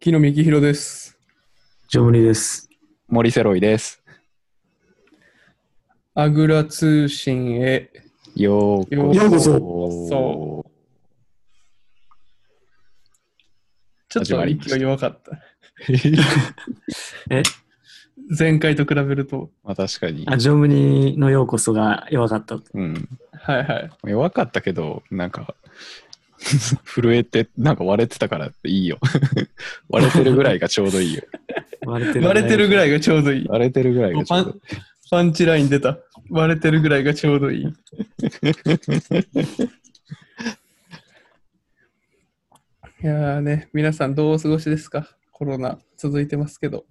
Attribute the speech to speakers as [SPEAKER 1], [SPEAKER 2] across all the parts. [SPEAKER 1] 木野幹弘です。
[SPEAKER 2] ジョムリです。
[SPEAKER 3] 森セロイです。
[SPEAKER 1] あぐら通信へ。
[SPEAKER 3] ようこ
[SPEAKER 2] ようこそ
[SPEAKER 1] そちょっ
[SPEAKER 3] 始ま
[SPEAKER 1] と
[SPEAKER 3] りました
[SPEAKER 1] 息が弱かった。
[SPEAKER 2] え
[SPEAKER 1] 前回と比べると。
[SPEAKER 3] まあ確かに。
[SPEAKER 2] あ、ジョムリのようこそが弱かった。
[SPEAKER 3] うん。
[SPEAKER 1] はいはい。
[SPEAKER 3] 弱かったけど、なんか、 震えて、なんか割れてたからっていいよ。 割れてるぐらいがちょうどいいよ。
[SPEAKER 2] 割れて
[SPEAKER 1] 割れてるぐら
[SPEAKER 2] い。
[SPEAKER 1] いがちょうどいい。
[SPEAKER 3] 割れてるぐらいがちょうどいい。
[SPEAKER 1] パンチライン出た。割れてるぐらいがちょうど いい。いやーね、皆さんどうお過ごしですかコロナ続いてますけど。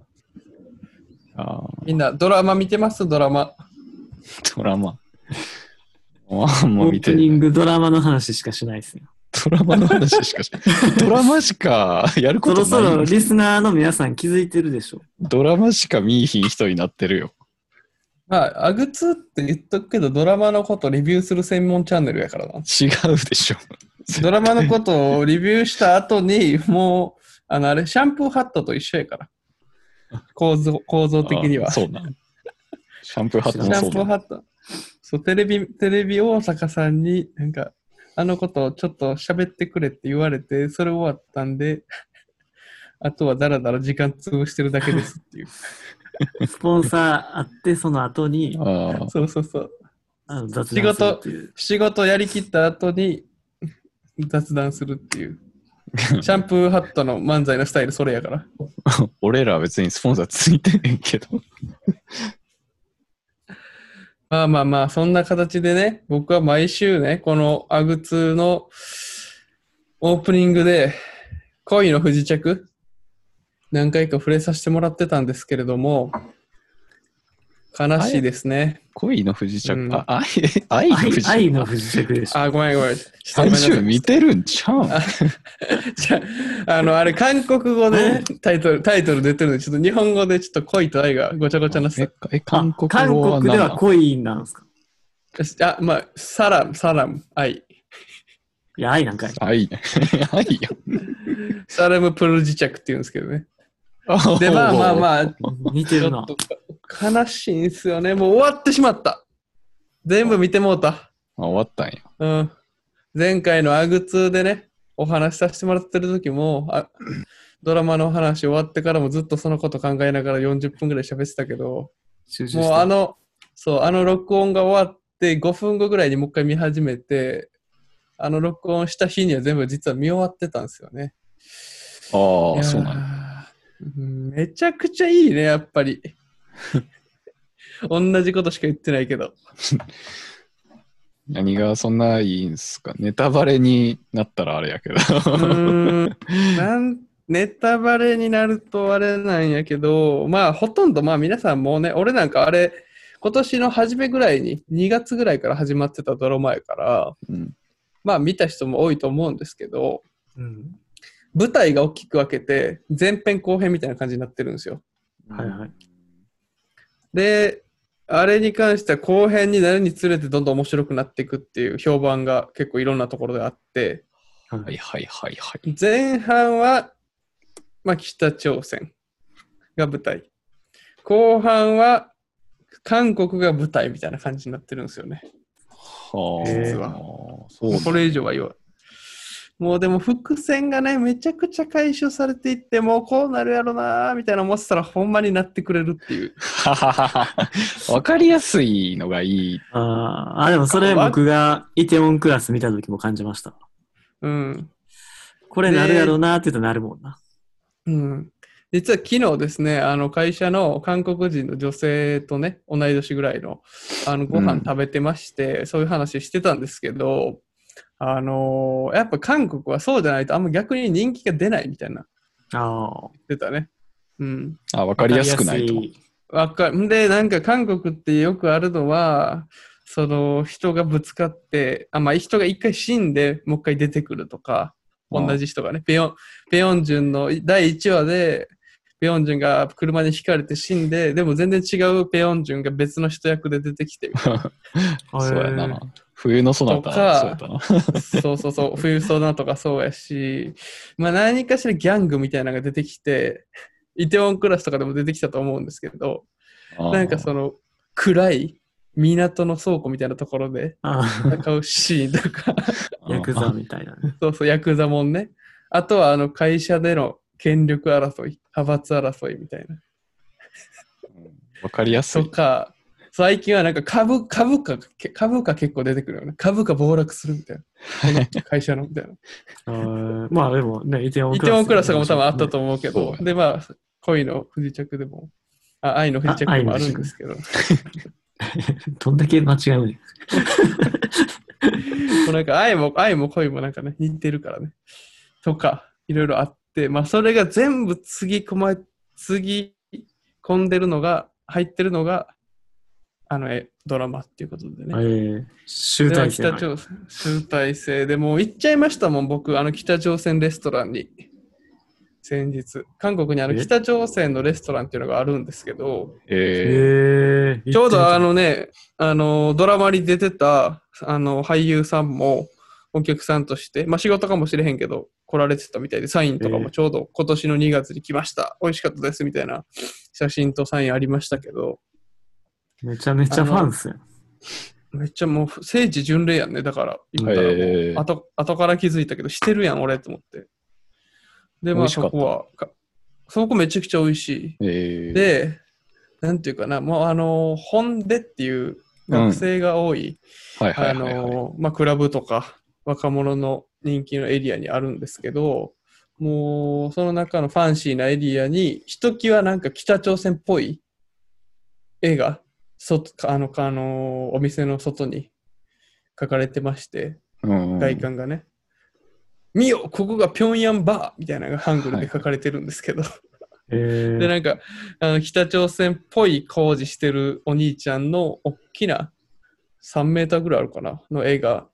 [SPEAKER 3] ああ、
[SPEAKER 1] みんなドラマ見てますドラマ。
[SPEAKER 3] ドラマ。あんま
[SPEAKER 2] オ
[SPEAKER 3] 見
[SPEAKER 2] ー
[SPEAKER 3] て
[SPEAKER 2] プ
[SPEAKER 3] ない
[SPEAKER 2] ニングドラマの話しかしないですね。
[SPEAKER 3] ドラマの話しか しない。ドラマしかやるこ
[SPEAKER 2] そ
[SPEAKER 3] と
[SPEAKER 2] ろそ
[SPEAKER 3] ない
[SPEAKER 2] ろ
[SPEAKER 3] の。
[SPEAKER 2] リスナーの皆さん気づいてるでしょ。
[SPEAKER 3] ドラマしか見いひん人になってるよ。
[SPEAKER 1] まあ、アグツーって言っとくけど、ドラマのことレビューする専門チャンネルやからな。
[SPEAKER 3] 違うでしょ。
[SPEAKER 1] ドラマのことをレビューした後に、もう、あの、あれ、シャンプーハットと一緒やから。構造構造的に
[SPEAKER 3] あ
[SPEAKER 1] は。
[SPEAKER 3] ーそうなん。シャンプーハット
[SPEAKER 1] シ
[SPEAKER 3] も
[SPEAKER 1] ャ
[SPEAKER 3] そ
[SPEAKER 1] ン
[SPEAKER 3] う
[SPEAKER 1] プー
[SPEAKER 3] だ。
[SPEAKER 1] ハット。そう、テレビ、テレビ大阪さんに、なんか、あのことをちょっと喋ってくれって言われて、それ終わったんで、 あとはだらだら時間潰してるだけですっていう。
[SPEAKER 2] スポンサーあって、その後に
[SPEAKER 3] ああ。
[SPEAKER 1] そうそうそう。
[SPEAKER 2] あの雑談するっていう。
[SPEAKER 1] 仕事やりきった後に雑談するって いう。シャンプーハットの漫才のスタイルそれやから。
[SPEAKER 3] 俺らは別にスポンサーついてへんけど。
[SPEAKER 1] まあまあまあ、そんな形でね、僕は毎週ね、このアグツのオープニングで恋の不時着何回か触れさせてもらってたんですけれども、悲しいですね。
[SPEAKER 3] 恋の不時着、
[SPEAKER 1] うん
[SPEAKER 3] あ愛愛の不時
[SPEAKER 2] 愛愛
[SPEAKER 3] 着
[SPEAKER 2] の不時着でしょ。
[SPEAKER 1] あ、ごめんごめん。ちょっとごめん
[SPEAKER 3] 最
[SPEAKER 1] なさい
[SPEAKER 3] 終見てるんちゃうん
[SPEAKER 1] あじゃあ、あの、あれ、韓国語でね、タイトル、タイトル出てるんで、ちょっと日本語でちょっと恋と愛がごちゃごちゃなさ
[SPEAKER 3] え。え韓
[SPEAKER 2] あ
[SPEAKER 3] 国
[SPEAKER 2] 韓
[SPEAKER 3] 語は
[SPEAKER 2] 国で
[SPEAKER 3] 何な
[SPEAKER 2] は
[SPEAKER 3] の
[SPEAKER 2] 恋なんですか
[SPEAKER 1] あ、まあ、サラム、サラム、愛。
[SPEAKER 2] いや、愛なんかい。
[SPEAKER 3] 愛 愛や
[SPEAKER 1] サラムプルジチャクって言うんですけどね。
[SPEAKER 3] ん
[SPEAKER 1] で、まあまあ
[SPEAKER 3] あ
[SPEAKER 1] まあ、
[SPEAKER 2] 似て
[SPEAKER 1] ちょ
[SPEAKER 2] る
[SPEAKER 1] っ
[SPEAKER 2] な。
[SPEAKER 1] と悲しいんすよね。もう終わってしまった。全部見てもうた。
[SPEAKER 3] 終わったんや
[SPEAKER 1] うん。前回のアグツーでね、お話しさせてもらってる時も、あドラマの話終わってからもずっとそのこと考えながら40分ぐらい喋ってたけど、
[SPEAKER 2] 集中して
[SPEAKER 1] もうあの、そう、あの録音が終わって5分後ぐらいにもう一回見始めて、あの録音した日には全部実は見終わってたんですよね。いや
[SPEAKER 3] ああ
[SPEAKER 1] ー
[SPEAKER 3] そうなんや
[SPEAKER 1] うんめちゃくちゃいいね、やっぱり。 同じことしか言ってないけど。
[SPEAKER 3] 何がそんないいんすかネタバレになったらあれやけど
[SPEAKER 1] うーんなんネタバレになるとあれなんやけど、まあほとんどまあ皆さんもうね、俺なんかあれ、今年の初めぐらいに、2月ぐらいから始まってたドラマやから、
[SPEAKER 3] うん
[SPEAKER 1] まあ見た人も多いと思うんですけど、
[SPEAKER 2] うん。
[SPEAKER 1] 舞台が大きく分けて、前編後編みたいな感じになってるんですよ。
[SPEAKER 2] はいはい。
[SPEAKER 1] で、あれに関しては後編になるにつれてどんどん面白くなっていくっていう評判が結構いろんなところであって、
[SPEAKER 3] はいはいはいはい
[SPEAKER 1] 前半は、まあ、北朝鮮が舞台。後半は韓国が舞台みたいな感じになってるんですよね。
[SPEAKER 3] はあ
[SPEAKER 1] 実は
[SPEAKER 3] そう
[SPEAKER 1] これ以上は言わんもうでも伏線がね、めちゃくちゃ回収されていって、もうこうなるやろなーみたいな思ってたらほんまになってくれるっていう。
[SPEAKER 3] なんわかりやすいのがいい
[SPEAKER 2] あーあ、でもそれ僕がイテウォンクラス見た時も感じました。
[SPEAKER 1] うん。
[SPEAKER 2] これなるやろうなって言うとなるもんな。
[SPEAKER 1] うん、実は昨日ですね、あの会社の韓国人の女性とね、同い年ぐらいのあのご
[SPEAKER 3] う
[SPEAKER 1] 飯
[SPEAKER 3] ん
[SPEAKER 1] 食べてまして、そういう話してたんですけど、あのーやっぱ韓国はそうじゃないとあんま逆に人気が出ないみたいな
[SPEAKER 2] ああ。
[SPEAKER 1] 言ってたね。うん。
[SPEAKER 3] あわかりやすくない
[SPEAKER 2] わ
[SPEAKER 3] と
[SPEAKER 2] かりやす
[SPEAKER 1] わかる。んで、なんか韓国ってよくあるのは、その人がぶつかって、あ、まあ人が一回死んで、もう一回出てくるとか、
[SPEAKER 3] ああ
[SPEAKER 1] 同じ人がね、ペヨン、ペヨンジュンの第1話で、ペヨンジュンが車にひかれて死んで、でも全然違うペヨンジュンが別の人役で出てきて、
[SPEAKER 3] そうや
[SPEAKER 2] へ
[SPEAKER 3] な
[SPEAKER 2] ー。
[SPEAKER 3] 冬のソナタ、
[SPEAKER 1] と
[SPEAKER 3] そう
[SPEAKER 1] か
[SPEAKER 3] やったな。
[SPEAKER 1] そうそうそう、冬ソナとかそうやし、まあ何かしらギャングみたいなのが出てきて、イテウォンクラスとかでも出てきたと思うんですけど、 なんかその暗い港の倉庫みたいなところで
[SPEAKER 2] あ
[SPEAKER 1] 戦うシーンとか、
[SPEAKER 2] ーヤクザみたいな ね。
[SPEAKER 1] そうそう、ヤクザもんね。あとはあの会社での権力争い、派閥争いみたいな。
[SPEAKER 3] わかりやす
[SPEAKER 1] と
[SPEAKER 3] い。
[SPEAKER 1] か、最近はなんか株株価が株価結構出てくるよね。株価暴落するみたいな。この会社のみたいな。
[SPEAKER 2] あーまあでもね、イテウォン
[SPEAKER 1] イ
[SPEAKER 2] ク
[SPEAKER 1] テウ
[SPEAKER 2] ラス。
[SPEAKER 1] ォンクラスとかも多分あったと思うけ
[SPEAKER 3] そう
[SPEAKER 1] ど
[SPEAKER 3] や、
[SPEAKER 1] で、まあ、恋の不時着でも、あ愛の不時着
[SPEAKER 2] あ
[SPEAKER 1] で
[SPEAKER 2] 愛
[SPEAKER 1] も
[SPEAKER 2] の
[SPEAKER 1] あ
[SPEAKER 2] 不
[SPEAKER 1] る
[SPEAKER 2] 時着
[SPEAKER 1] んですけど、も
[SPEAKER 2] どんだけ間違うねん。
[SPEAKER 1] うなんか愛も愛も恋もなんかね、似てるからね。とか、いろいろあって、まあ、それが全部つぎ込ま、つぎ込んでるのが、入ってるのが、あの、えドラマっていうことでね。
[SPEAKER 2] えー、集
[SPEAKER 1] では
[SPEAKER 2] 大成
[SPEAKER 1] 北
[SPEAKER 2] な
[SPEAKER 1] 朝鮮、集大成でもう行っちゃいましたもん、僕、あの北朝鮮レストランに。先日、韓国にあの
[SPEAKER 2] え
[SPEAKER 1] 北朝鮮のレストランっていうのがあるんですけど、
[SPEAKER 3] え
[SPEAKER 2] えー、
[SPEAKER 1] ちょうどあ
[SPEAKER 2] の、
[SPEAKER 1] のね、あのドラマに出てたあの俳優さんもお客さんとして、まあ仕事かもしれへんけど、来られてたみたいで、サインとか
[SPEAKER 2] え
[SPEAKER 1] も
[SPEAKER 2] え
[SPEAKER 1] ちょうど今年の2月に来ました、美味しかったですみたいな写真とサインありましたけど、
[SPEAKER 2] めちゃめちゃファンっすよ。
[SPEAKER 1] めっちゃもう聖地巡礼やんね。だから、言ったらもう、
[SPEAKER 3] へー
[SPEAKER 1] 後後から気づいたけど、してるやん、俺と思って。で、
[SPEAKER 3] 美
[SPEAKER 1] まあ
[SPEAKER 3] 味しか
[SPEAKER 1] そ
[SPEAKER 3] った
[SPEAKER 1] こは、かそこめちゃくちゃ美味し
[SPEAKER 3] ー、え
[SPEAKER 1] い。
[SPEAKER 3] ー、
[SPEAKER 1] で、なんていうかな、もうあの、本でっていう学生が多い、
[SPEAKER 3] はいは
[SPEAKER 1] あ
[SPEAKER 3] いはい、はい
[SPEAKER 1] の、まあクラブとか若者の人気のエリアにあるんですけど、もうその中のファンシーなエリアに、ひときわなんか北朝鮮っぽい絵が、外あの、あの、お店の外に描かれてまして、
[SPEAKER 3] うんうん
[SPEAKER 1] 外観がね。見よここが平壌バーみたいなのがハングルで書かれてるんですけど、
[SPEAKER 2] え
[SPEAKER 1] で、
[SPEAKER 2] ー、
[SPEAKER 1] なんか、あの北朝鮮っぽい工事してるお兄ちゃんの大きな3メーターぐらいあるかなの絵が、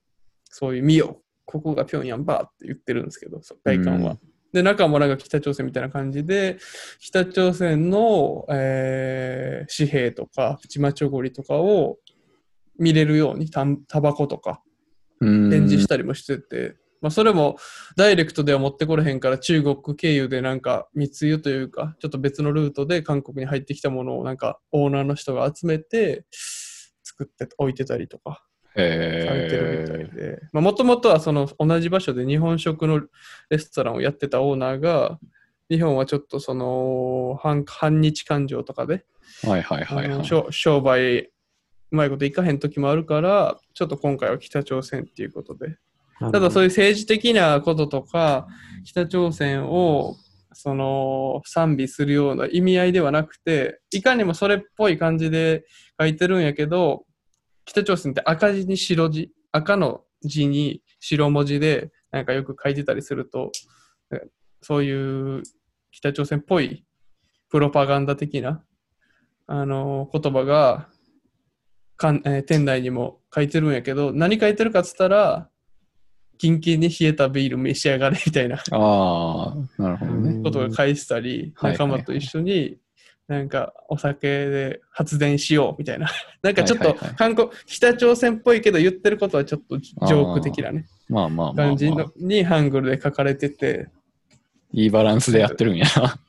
[SPEAKER 1] そういう見よここが平壌バーって言ってるんですけど、そう外観は。
[SPEAKER 3] う
[SPEAKER 1] で、中もなんか北朝鮮みたいな感じで、北朝鮮の、えー紙幣とか、プチマチョゴリとかを見れるように、たんタバコとか、
[SPEAKER 3] うん
[SPEAKER 1] 展示したりもしてて、まあ、それもダイレクトでは持ってこれへんから中国経由でなんか密輸というかちょっと別のルートで韓国に入ってきたものをなんかオーナーの人が集めて作って置いてたりとかされてるみたい
[SPEAKER 3] え
[SPEAKER 1] でもともとはその同じ場所で日本食のレストランをやってたオーナーが日本はちょっとその反反日感情とかで
[SPEAKER 3] ー、はいはいはい
[SPEAKER 1] あ
[SPEAKER 3] は
[SPEAKER 1] の
[SPEAKER 3] い。
[SPEAKER 1] 商商売うまいこといかへん時もあるからちょっと今回は北朝鮮っていうことでただそう
[SPEAKER 2] い
[SPEAKER 1] いう政治的なこととか北朝鮮をその賛美するような意味合いではなくていかにもそれっぽい感じで書いてるんやけど北朝鮮って赤字に白字赤の字に白文字でなんかよく書いてたりするとえそういう北朝鮮っぽいプロパガンダ的なあの言葉がかん、えー店内にも書いてるんやけど何書いてるかっつったらキンキンに冷えたビール召し上がれみたいな
[SPEAKER 3] ああ、なるほどね。
[SPEAKER 1] ことが返したり、
[SPEAKER 3] はい
[SPEAKER 1] 仲間と一緒になんかお酒で発電しようみたいな なんかちょっ
[SPEAKER 3] は
[SPEAKER 1] と
[SPEAKER 3] いはいはい
[SPEAKER 1] 韓国北朝鮮っぽいけど言ってることはちょっとジ
[SPEAKER 3] あー
[SPEAKER 1] ョーク的なね
[SPEAKER 3] まあまあまあ、まあ、
[SPEAKER 1] 感じのにハングルで書かれてて
[SPEAKER 3] いいバランスでやっ てるんやな。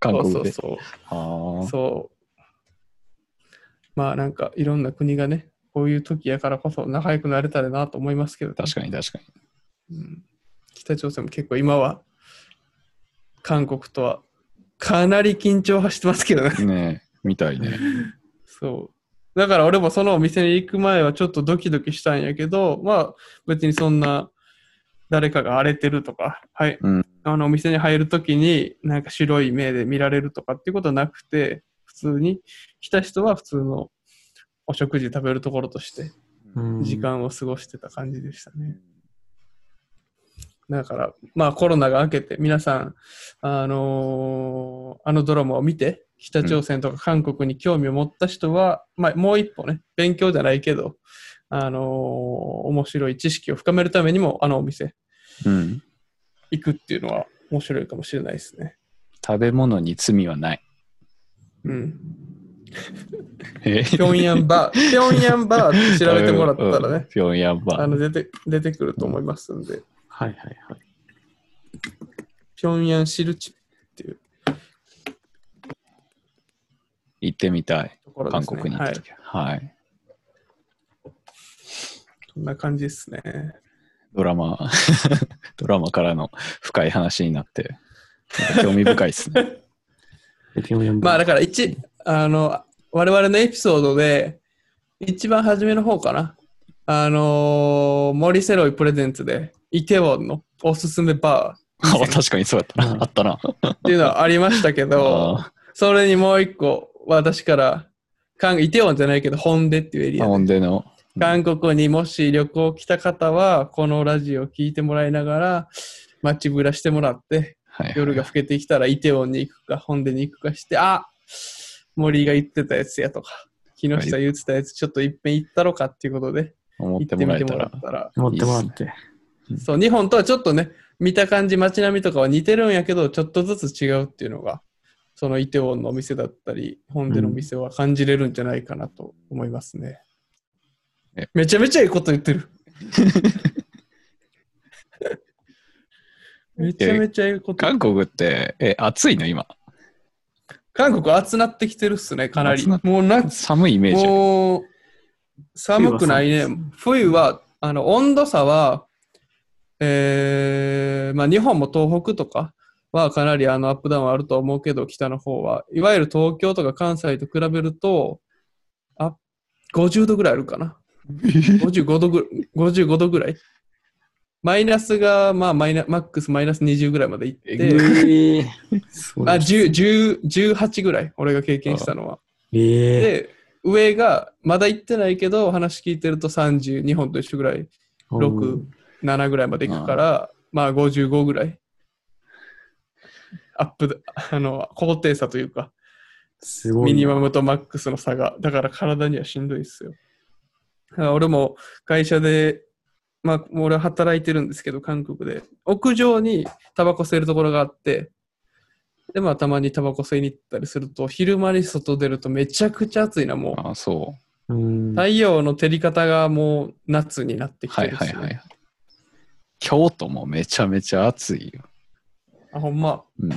[SPEAKER 3] 韓
[SPEAKER 1] そう
[SPEAKER 3] 国
[SPEAKER 1] そう
[SPEAKER 3] で。
[SPEAKER 1] そ
[SPEAKER 3] あ
[SPEAKER 1] う
[SPEAKER 3] あ
[SPEAKER 1] そうまあなんかいろんな国がねこういう時やからこそ仲良くなれたらなと思いますけど
[SPEAKER 3] 確かに確かに。
[SPEAKER 1] うん北朝鮮も結構今は韓国とはかなり緊張はしてますけどね。
[SPEAKER 3] ねえ、みたいね。
[SPEAKER 1] そう。だから俺もそのお店に行く前はちょっとドキドキしたんやけど、まあ別にそんな誰かが荒れてるとか、はい、
[SPEAKER 3] うん
[SPEAKER 1] あのお店に入るときになんか白い目で見られるとかっていうことはなくて、普通に来た人は普通のお食事食べるところとして時間を過ごしてた感じでしたね。だから、まあコロナが明けて、皆さん、あのーあのドラマを見て、北朝鮮とか韓国に興味を持った人は、まあもう一歩ね、勉強じゃないけど、あのー面白い知識を深めるためにも、あのお店
[SPEAKER 3] うん。
[SPEAKER 1] 行くっていうのは面白いかもしれないですね。
[SPEAKER 3] 食べ物に罪はない。
[SPEAKER 1] うん。
[SPEAKER 3] え
[SPEAKER 1] ピョンヤンバー、ピョンヤンバーって調べてもらった らね、。
[SPEAKER 3] うんうん平壌
[SPEAKER 1] あ
[SPEAKER 3] バー。
[SPEAKER 1] の出て出てくると思いますんで、
[SPEAKER 2] はいはいはい。
[SPEAKER 1] ピョンヤンシルチっていう
[SPEAKER 3] 行ってみたい。
[SPEAKER 1] ところで
[SPEAKER 3] 韓
[SPEAKER 1] すね。
[SPEAKER 3] 国に行
[SPEAKER 1] は
[SPEAKER 3] っ
[SPEAKER 1] い
[SPEAKER 3] た。時は。はい。
[SPEAKER 1] そんな感じですね。
[SPEAKER 3] ドラマ、 ドラマからの深い話になって、なんか興味深いです ね。
[SPEAKER 2] でピョンヤン
[SPEAKER 1] まあ
[SPEAKER 2] バ
[SPEAKER 1] だ
[SPEAKER 2] ー
[SPEAKER 1] から一、あの、我々のエピソードで、一番初めの方かな。あのー、森セロイプレゼンツで、イテウォンのおすすめバ
[SPEAKER 3] あ確かにそうやったな。
[SPEAKER 2] うん
[SPEAKER 3] あったな。
[SPEAKER 1] ーっていうのはありましたけど、
[SPEAKER 3] あ
[SPEAKER 1] それにもう一個、私から、韓イテウォンじゃないけど、ホンデっていうエリ
[SPEAKER 3] ー
[SPEAKER 1] アで
[SPEAKER 3] ほんでの。
[SPEAKER 1] 韓国にもし旅行来た方は、このラジオを聞いてもらいながら、街ぶらしてもらって、
[SPEAKER 3] はい
[SPEAKER 1] 夜が更けてきたらイテウォンに行くか、ホンデに行くかして、あ森が言ってたやつやとか、木下言ってたやつ、ちょっといっぺん行ったろかっていうことで、
[SPEAKER 3] 思っ
[SPEAKER 1] 行
[SPEAKER 3] て
[SPEAKER 1] って
[SPEAKER 3] も
[SPEAKER 1] み
[SPEAKER 3] ら
[SPEAKER 1] て
[SPEAKER 3] え
[SPEAKER 1] も
[SPEAKER 3] た
[SPEAKER 1] ら
[SPEAKER 3] ら
[SPEAKER 1] っ。たら。
[SPEAKER 2] 持ってもらって。
[SPEAKER 3] うん
[SPEAKER 1] そう、日本とはちょっとね、見た感じ、街並みとかは似てるんやけど、ちょっとずつ違うっていうのが、そのイテウォンのお店だったり、ホンデのお店は感じれるんじゃないかなと思いますね。
[SPEAKER 3] うんえ
[SPEAKER 1] めちゃめちゃいいこと言って る。めちゃめちゃいいこと
[SPEAKER 3] 韓国って、え、暑いの今。
[SPEAKER 1] 韓国暑なってきてるっすね、かなり
[SPEAKER 3] 暑な。
[SPEAKER 1] もう夏、
[SPEAKER 3] 寒いイメージある。
[SPEAKER 1] もう寒くないね。冬は、あの、温度差は、えー、まあ日本も東北とかはかなりあのアップダウンはあると思うけど、北の方は。いわゆる東京とか関西と比べると、あ、50度ぐらいあるか な。55度ぐ55度ぐらい。マイナスが、まあマイナ、マックスマイナス20ぐらいまで行っ
[SPEAKER 3] え
[SPEAKER 1] て、
[SPEAKER 2] えー、すごい
[SPEAKER 1] あ、10 10 18ぐらい、俺が経験したのは。
[SPEAKER 2] ええ
[SPEAKER 1] で、上が、まだ行ってないけど、話聞いてると30、日本と一緒ぐらい、
[SPEAKER 2] ー。
[SPEAKER 1] 6、7ぐらいまで行くから、まあ55ぐらい。アップ、あの、高低差というか、
[SPEAKER 2] すごいな。
[SPEAKER 1] ミニマムとマックスの差が。だから体にはしんどいっすよ。だから俺も会社で、まあ、俺は働いてるんですけど、韓国で。屋上にタバコ吸えるところがあって、で、まあ、たまにタバコ吸いに行ったりすると、昼間に外出るとめちゃくちゃ暑いな、もう。
[SPEAKER 3] あ、そう。
[SPEAKER 2] うん。
[SPEAKER 1] 太陽の照り方がもう夏になってき
[SPEAKER 3] は
[SPEAKER 1] て
[SPEAKER 3] い
[SPEAKER 1] るし、
[SPEAKER 3] はいはい。京都もめちゃめちゃ暑いよ。
[SPEAKER 1] あ、ほんま。
[SPEAKER 3] うん、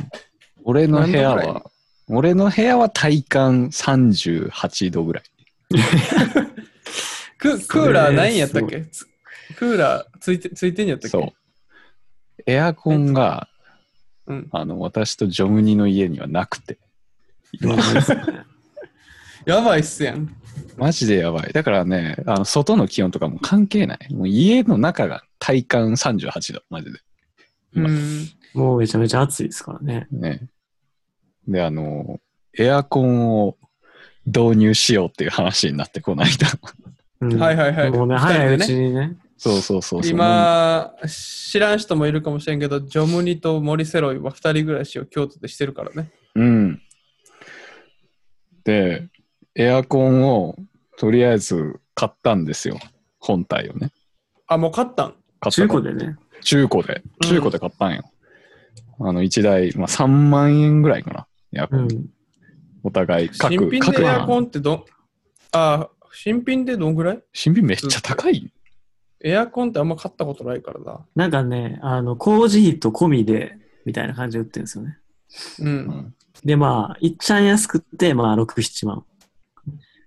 [SPEAKER 3] 俺の部屋
[SPEAKER 1] 何度ぐら
[SPEAKER 3] は、俺の部屋は体感38度ぐらい。
[SPEAKER 1] ク
[SPEAKER 2] そ
[SPEAKER 1] ク
[SPEAKER 2] れ
[SPEAKER 1] ーラーないんやったっけつクーラーついてついてんやったっけ
[SPEAKER 3] そう。エアコンが、
[SPEAKER 1] うん。
[SPEAKER 3] あの、私とジョムニの家にはなくて。今
[SPEAKER 1] やばいっすやん。
[SPEAKER 3] マジでやばい。だからね、あの外の気温とかも関係ない。もう家の中が体感38度、マジで。
[SPEAKER 1] う
[SPEAKER 3] うん
[SPEAKER 1] ん。
[SPEAKER 2] もうめちゃめちゃ暑いですからね。
[SPEAKER 3] ね。で、あの、エアコンを導入しようっていう話になってこないだ。
[SPEAKER 2] うん
[SPEAKER 1] はいはいはい
[SPEAKER 2] もうね、
[SPEAKER 1] 二人でね
[SPEAKER 2] 早いうちにね。
[SPEAKER 3] そうそうそうそう。
[SPEAKER 1] 今、知らん人もいるかもしれんけど、ジョムニとモリセロイは2人暮らしを京都でしてるからね。
[SPEAKER 3] うん。で、エアコンをとりあえず買ったんですよ。本体をね。
[SPEAKER 1] あ、もう買ったん
[SPEAKER 3] 買っ
[SPEAKER 2] 中
[SPEAKER 3] たの
[SPEAKER 2] 古でね。
[SPEAKER 3] 中古で。
[SPEAKER 1] うん
[SPEAKER 3] 中古で買ったんよ。あの、1台、まあ、3万円ぐらいかな。エアコ
[SPEAKER 2] う
[SPEAKER 3] ン。
[SPEAKER 2] ん。
[SPEAKER 3] お互い各、
[SPEAKER 1] 新品
[SPEAKER 3] 各
[SPEAKER 1] でエア
[SPEAKER 3] 班
[SPEAKER 1] コンってどん、あ、新品でどんぐらい
[SPEAKER 3] 新品めっちゃ高い。
[SPEAKER 1] エアコンってあんま買ったことないからな。
[SPEAKER 2] なんかね、あの、工事費と込みで、みたいな感じで売ってるんですよね。
[SPEAKER 1] う。
[SPEAKER 3] うんん、
[SPEAKER 2] で、まあ、いっちゃん安くって、まあ、6、7万。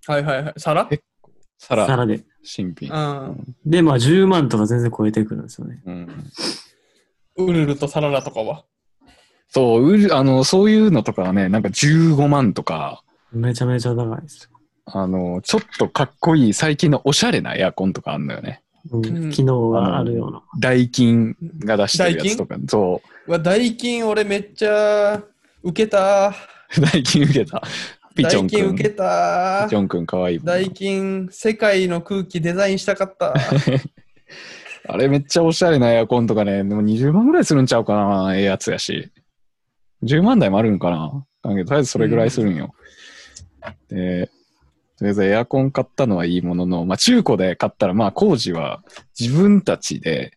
[SPEAKER 1] はいはいはい。皿
[SPEAKER 3] えさら、
[SPEAKER 2] 皿で。
[SPEAKER 3] 新品。
[SPEAKER 1] うん。
[SPEAKER 2] で、まあ、10万とか全然超えてくるんですよね。
[SPEAKER 3] うん
[SPEAKER 1] ウルルとサラダとかは。
[SPEAKER 3] そう、うるあの、そういうのとかはね、なんか15万とか、
[SPEAKER 2] めちゃめちゃ高いですよ。
[SPEAKER 3] あの、ちょっとかっこいい最近のおしゃれなエアコンとかあんのよね。
[SPEAKER 2] うん
[SPEAKER 1] うん
[SPEAKER 2] 昨日はあるような。
[SPEAKER 3] ダイキンが出してるやつとか、そう
[SPEAKER 1] わ、ダイキン俺めっちゃ受けた。
[SPEAKER 3] う、 ダイキン受けた。ピ
[SPEAKER 1] ダ
[SPEAKER 3] チョ
[SPEAKER 1] イ
[SPEAKER 3] ン
[SPEAKER 1] キン
[SPEAKER 3] 君。
[SPEAKER 1] 受け
[SPEAKER 3] ピ
[SPEAKER 1] た
[SPEAKER 3] チ。ョン君かわいいもんな。
[SPEAKER 1] ダイキン世界の空気デザインしたか った。
[SPEAKER 3] あれめっちゃおしゃれなエアコンとかね、でも20万ぐらいするんちゃうかな、ええやつやし。10万台もあるんかな。だけど、とりあえずそれぐらいするんよ。で、とりあえずエアコン買ったのはいいものの、まあ中古で買ったら、まあ工事は自分たちで、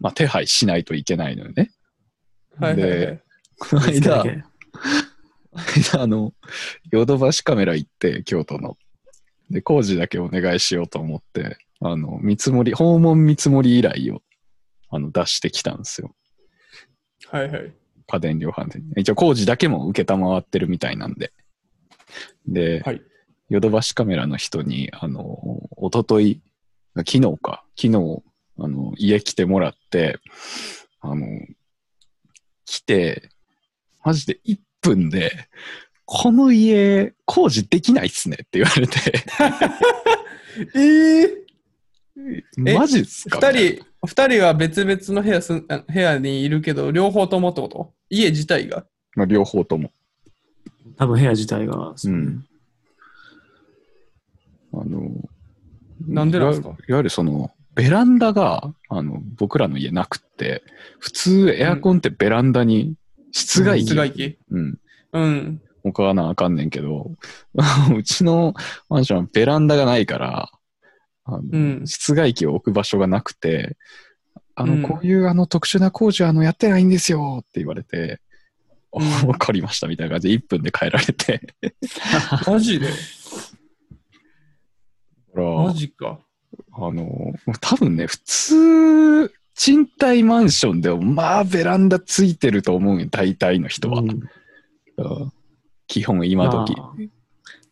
[SPEAKER 3] まあ手配しないといけないのよね。
[SPEAKER 1] はいはいは
[SPEAKER 3] で
[SPEAKER 1] い。
[SPEAKER 3] この
[SPEAKER 2] 見つけた だ、
[SPEAKER 3] 間
[SPEAKER 2] け
[SPEAKER 3] あの、ヨドバシカメラ行って、京都の。で、工事だけお願いしようと思って、あの、見積もり、訪問見積もり依頼を、あの、出してきたんですよ。
[SPEAKER 1] はいはい。
[SPEAKER 3] 家電量販店に。一応工事だけも受けたまわってるみたいなんで。で、
[SPEAKER 1] はい
[SPEAKER 3] ヨドバシカメラの人に、あの、おととい、昨日か、昨日、あの、家来てもらって、あの、来て、マジで1分で、この家、工事できないっすねって言われて、
[SPEAKER 1] えええ
[SPEAKER 3] マジっすか
[SPEAKER 1] 二人、二人は別々の部屋すんあ部屋にいるけど、両方ともってこと家自体が。
[SPEAKER 3] まあ両方とも。
[SPEAKER 2] 多分部屋自体が。
[SPEAKER 3] うん。あの、
[SPEAKER 1] なんでなんですか
[SPEAKER 3] いわいわゆるその、ベランダが、あの、僕らの家なくって、普通エアコンってベランダに室外機、
[SPEAKER 1] 室外機。
[SPEAKER 3] うん、
[SPEAKER 1] うん。
[SPEAKER 3] 置かなあかんねんけど、 うちのマンションはベランダがないから、あの
[SPEAKER 1] うん。
[SPEAKER 3] 室外機を置く場所がなくて、あの、
[SPEAKER 1] うん
[SPEAKER 3] こういうあの特殊な工事はあのやってないんですよって言われて、
[SPEAKER 1] うん
[SPEAKER 3] あ わかりましたみたいな感じで1分で帰られて。
[SPEAKER 1] マジで
[SPEAKER 3] ほら
[SPEAKER 1] マジか。
[SPEAKER 3] あの、多分ね、普通、賃貸マンションでも、まあ、ベランダついてると思うんよ、大体の人は。
[SPEAKER 2] うん
[SPEAKER 3] うん基本、今時。
[SPEAKER 2] まあ